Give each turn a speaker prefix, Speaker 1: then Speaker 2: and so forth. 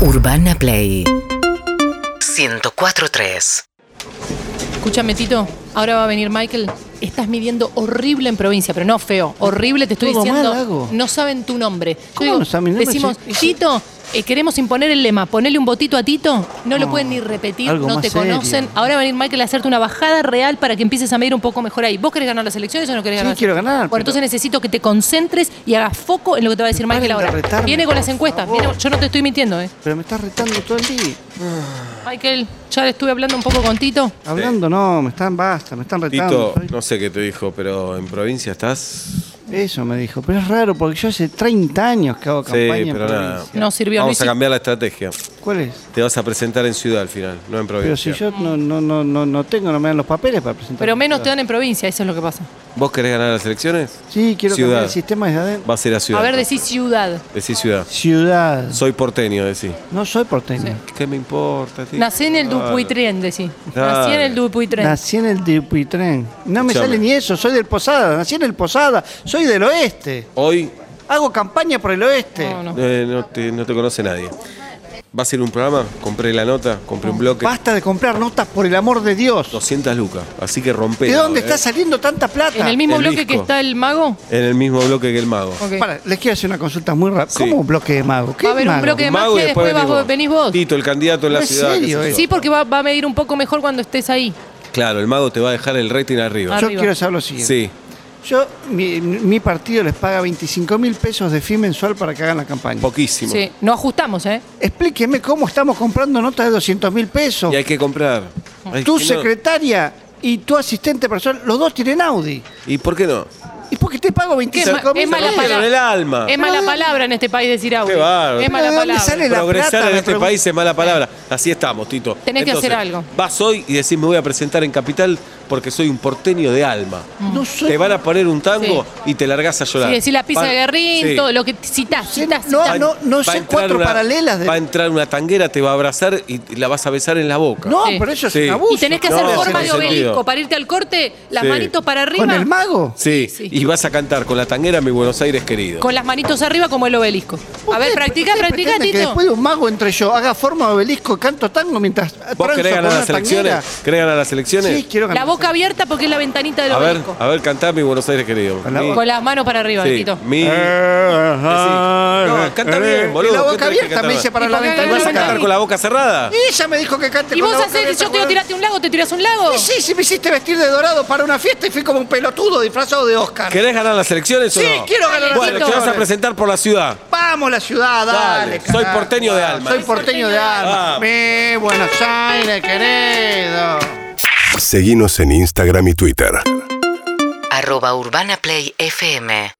Speaker 1: Urbana Play 104.3
Speaker 2: Escúchame, Tito. Ahora va a venir Michael. Estás midiendo horrible en provincia, pero no feo. Horrible, te estoy
Speaker 3: Todo
Speaker 2: diciendo.
Speaker 3: mal hago.
Speaker 2: No saben tu nombre. Yo
Speaker 3: ¿Cómo no saben mi nombre?
Speaker 2: Decimos,
Speaker 3: Sí, sí.
Speaker 2: Tito, eh, queremos imponer el lema. Ponele un botito a Tito. No lo pueden ni repetir,
Speaker 3: algo
Speaker 2: no
Speaker 3: más
Speaker 2: te
Speaker 3: serio.
Speaker 2: conocen. Ahora va a venir Michael a hacerte una bajada real para que empieces a medir un poco mejor ahí. ¿Vos querés ganar las elecciones o no querés
Speaker 3: Sí,
Speaker 2: ganar?
Speaker 3: quiero ganar,
Speaker 2: Bueno,
Speaker 3: pero-
Speaker 2: entonces necesito que te concentres y hagas foco en lo que te va a decir
Speaker 3: Paren
Speaker 2: Michael
Speaker 3: de
Speaker 2: ahora.
Speaker 3: retarme,
Speaker 2: Viene con las
Speaker 3: por
Speaker 2: encuestas.
Speaker 3: favor.
Speaker 2: Viene- yo no te estoy mintiendo, ¿eh?
Speaker 3: Pero me estás retando todo el día.
Speaker 2: Michael, ya estuve hablando un poco con Tito.
Speaker 3: Hablando, no, me están basta, me están retando.
Speaker 4: Tito,
Speaker 3: Soy-
Speaker 4: no sé qué te dijo, pero en provincia estás.
Speaker 3: Eso me dijo. Pero es raro porque yo hace 30 años que hago
Speaker 4: Sí,
Speaker 3: campaña en
Speaker 4: pero nada.
Speaker 3: provincia.
Speaker 2: No sirvió.
Speaker 4: Vamos
Speaker 2: Luis.
Speaker 4: a cambiar la estrategia.
Speaker 3: ¿Cuál es?
Speaker 4: Te vas a presentar en ciudad al final, no en
Speaker 3: Pero si
Speaker 4: provincia.
Speaker 3: yo no, no, no, no, no tengo, no me dan los papeles para presentar.
Speaker 2: Pero menos te dan en provincia, eso es lo que pasa.
Speaker 4: ¿Vos querés ganar las elecciones?
Speaker 3: Sí, quiero
Speaker 4: ciudad.
Speaker 3: cambiar el sistema desde adentro.
Speaker 4: Va a ser a ciudad.
Speaker 2: A ver, decís ciudad.
Speaker 4: Decí ciudad.
Speaker 3: Ciudad.
Speaker 4: Soy porteño, decí.
Speaker 3: No soy porteño.
Speaker 4: ¿Qué me importa, Tito?
Speaker 2: Nací en el Dupuitren, decís. Nací en el Dupuitren.
Speaker 3: Nací en el Dupuytren. No me
Speaker 4: Escuchame.
Speaker 3: sale ni eso, soy del Posada. Nací en el Posada, soy del oeste.
Speaker 4: Hoy
Speaker 3: Hago campaña por el oeste.
Speaker 2: No, no.
Speaker 4: eh, no, te, no te conoce nadie. ¿Va a ser un programa? Compré la nota, compré un bloque.
Speaker 3: Basta de comprar notas por el amor de Dios.
Speaker 4: 200 lucas, así que rompe.
Speaker 3: ¿De dónde
Speaker 4: eh.
Speaker 3: está saliendo tanta plata?
Speaker 2: En el mismo
Speaker 4: El
Speaker 2: bloque
Speaker 4: disco.
Speaker 2: que está el mago.
Speaker 4: En el mismo bloque que el mago.
Speaker 2: Ok.
Speaker 3: Para, les quiero hacer una consulta muy rápida.
Speaker 4: Sí.
Speaker 3: ¿Cómo un bloque de mago? ¿Qué
Speaker 2: Va a haber un
Speaker 3: mago?
Speaker 2: bloque de- Además,
Speaker 4: Mago y
Speaker 2: que
Speaker 4: después
Speaker 2: después
Speaker 4: venís
Speaker 2: vas-
Speaker 4: vos.
Speaker 2: venís vos.
Speaker 4: Tito, el candidato en la
Speaker 3: ¿En
Speaker 4: ciudad. qué
Speaker 3: serio
Speaker 4: sé yo.
Speaker 3: eso?
Speaker 2: Sí, porque va, va a medir un poco mejor cuando estés ahí.
Speaker 4: Claro, el mago te va a dejar el rating arriba.
Speaker 3: Yo
Speaker 2: arriba.
Speaker 3: quiero saber lo siguiente.
Speaker 4: Sí.
Speaker 3: Yo, mi, mi partido les paga 25 mil pesos de fin mensual para que hagan la campaña.
Speaker 4: Poquísimo.
Speaker 2: Sí, no ajustamos, ¿eh?
Speaker 3: Explíqueme cómo estamos comprando notas de 200 mil pesos.
Speaker 4: Y hay que comprar. Ay,
Speaker 3: tu
Speaker 4: que no.
Speaker 3: secretaria y tu asistente personal, los dos tienen Audi.
Speaker 4: ¿Y por qué no?
Speaker 3: ¿Y por qué te pago
Speaker 2: ¿Qué
Speaker 3: 25
Speaker 2: es
Speaker 3: mil
Speaker 2: mala
Speaker 4: Pero en
Speaker 2: palabra.
Speaker 4: el alma.
Speaker 2: Es mala palabra en este país decir agua.
Speaker 4: Ah. Qué bárbaro.
Speaker 2: Es
Speaker 3: Ah. ¿De
Speaker 2: mala
Speaker 3: dónde
Speaker 2: palabra.
Speaker 3: sale la
Speaker 4: Progresar
Speaker 3: plata?
Speaker 4: en
Speaker 3: Me
Speaker 4: este
Speaker 3: pregunto.
Speaker 4: país es mala palabra. Así estamos, Tito.
Speaker 2: Tenés que hacer algo.
Speaker 4: Vas hoy y decís, me voy a presentar en Capital porque soy un porteño de alma.
Speaker 3: No soy-
Speaker 4: Te van a poner un tango y te largás a llorar.
Speaker 2: Sí, decir la pizza
Speaker 4: Van-
Speaker 2: de Guerrín,
Speaker 4: Sí.
Speaker 2: todo lo que citás, citás,
Speaker 3: no,
Speaker 2: citás.
Speaker 3: no
Speaker 4: Va a
Speaker 3: sé
Speaker 4: entrar
Speaker 3: cuatro
Speaker 4: una-
Speaker 3: paralelas de-
Speaker 4: Va a entrar una tanguera, te va a abrazar y la vas a besar en la boca.
Speaker 3: No,
Speaker 2: Sí.
Speaker 3: pero eso es
Speaker 4: Sí.
Speaker 3: un abuso.
Speaker 2: Y tenés que hacer
Speaker 4: No,
Speaker 2: forma
Speaker 4: no
Speaker 2: de
Speaker 4: tiene
Speaker 2: obelisco
Speaker 4: sentido.
Speaker 2: para irte al corte, las
Speaker 4: Sí.
Speaker 2: manitos para arriba.
Speaker 3: ¿Con el mago?
Speaker 4: Sí. y vas a cantar con la tanguera Mi Buenos Aires querido.
Speaker 2: Con las manitos arriba como el obelisco. A ver,
Speaker 3: Ustedes-
Speaker 2: practica,
Speaker 3: ustedes
Speaker 2: practica,
Speaker 3: pretenden que
Speaker 2: Tito.
Speaker 3: después de un mago entre yo, haga forma de obelisco, canto tango mientras
Speaker 4: ¿Vos
Speaker 3: transo
Speaker 4: querés
Speaker 3: con
Speaker 4: ganar
Speaker 3: una
Speaker 4: las elecciones?
Speaker 3: tanguera.
Speaker 4: ¿Querés ganar las elecciones?
Speaker 3: Sí, quiero
Speaker 2: La
Speaker 3: ganar.
Speaker 2: boca abierta porque es la ventanita del
Speaker 4: A ver,
Speaker 2: obelisco.
Speaker 4: a ver, cantá mi Buenos Aires querido.
Speaker 3: Con la
Speaker 4: Mi-
Speaker 3: boca.
Speaker 2: Con las manos para arriba,
Speaker 4: sí,
Speaker 2: Tito.
Speaker 4: mi-
Speaker 3: Eh,
Speaker 4: Decí. No, canta bien, boludo.
Speaker 3: Y la
Speaker 4: ¿qué
Speaker 3: boca
Speaker 4: tenés que
Speaker 3: abierta
Speaker 4: cantar
Speaker 3: me dice
Speaker 4: más?
Speaker 3: para
Speaker 2: ¿Y
Speaker 3: la
Speaker 2: por qué
Speaker 3: ventana.
Speaker 4: ¿Vas a
Speaker 2: no canta
Speaker 4: cantar
Speaker 2: bien?
Speaker 4: con la boca cerrada?
Speaker 3: Ella me dijo que cante
Speaker 2: Y
Speaker 3: con
Speaker 2: vos
Speaker 3: la boca
Speaker 2: haces,
Speaker 3: abierta,
Speaker 2: yo te digo,
Speaker 3: boludo.
Speaker 2: tiraste un lago, te tiras un lago.
Speaker 3: Y sí, si me hiciste vestir de dorado para una fiesta y fui como un pelotudo disfrazado de Oscar.
Speaker 4: ¿Querés ganar las elecciones
Speaker 3: Sí,
Speaker 4: o no?
Speaker 3: quiero ganar las
Speaker 4: Bueno, te vas a
Speaker 3: elecciones.
Speaker 4: presentar por la ciudad.
Speaker 3: Vamos la ciudad, dale.
Speaker 4: Dale, soy
Speaker 3: carajo.
Speaker 4: porteño de alma. Ah.
Speaker 3: Soy porteño de alma.
Speaker 4: Vamos.
Speaker 3: Mi Buenos Aires, querido.
Speaker 5: Seguinos en Instagram y Twitter.
Speaker 1: arroba urbanaplayfm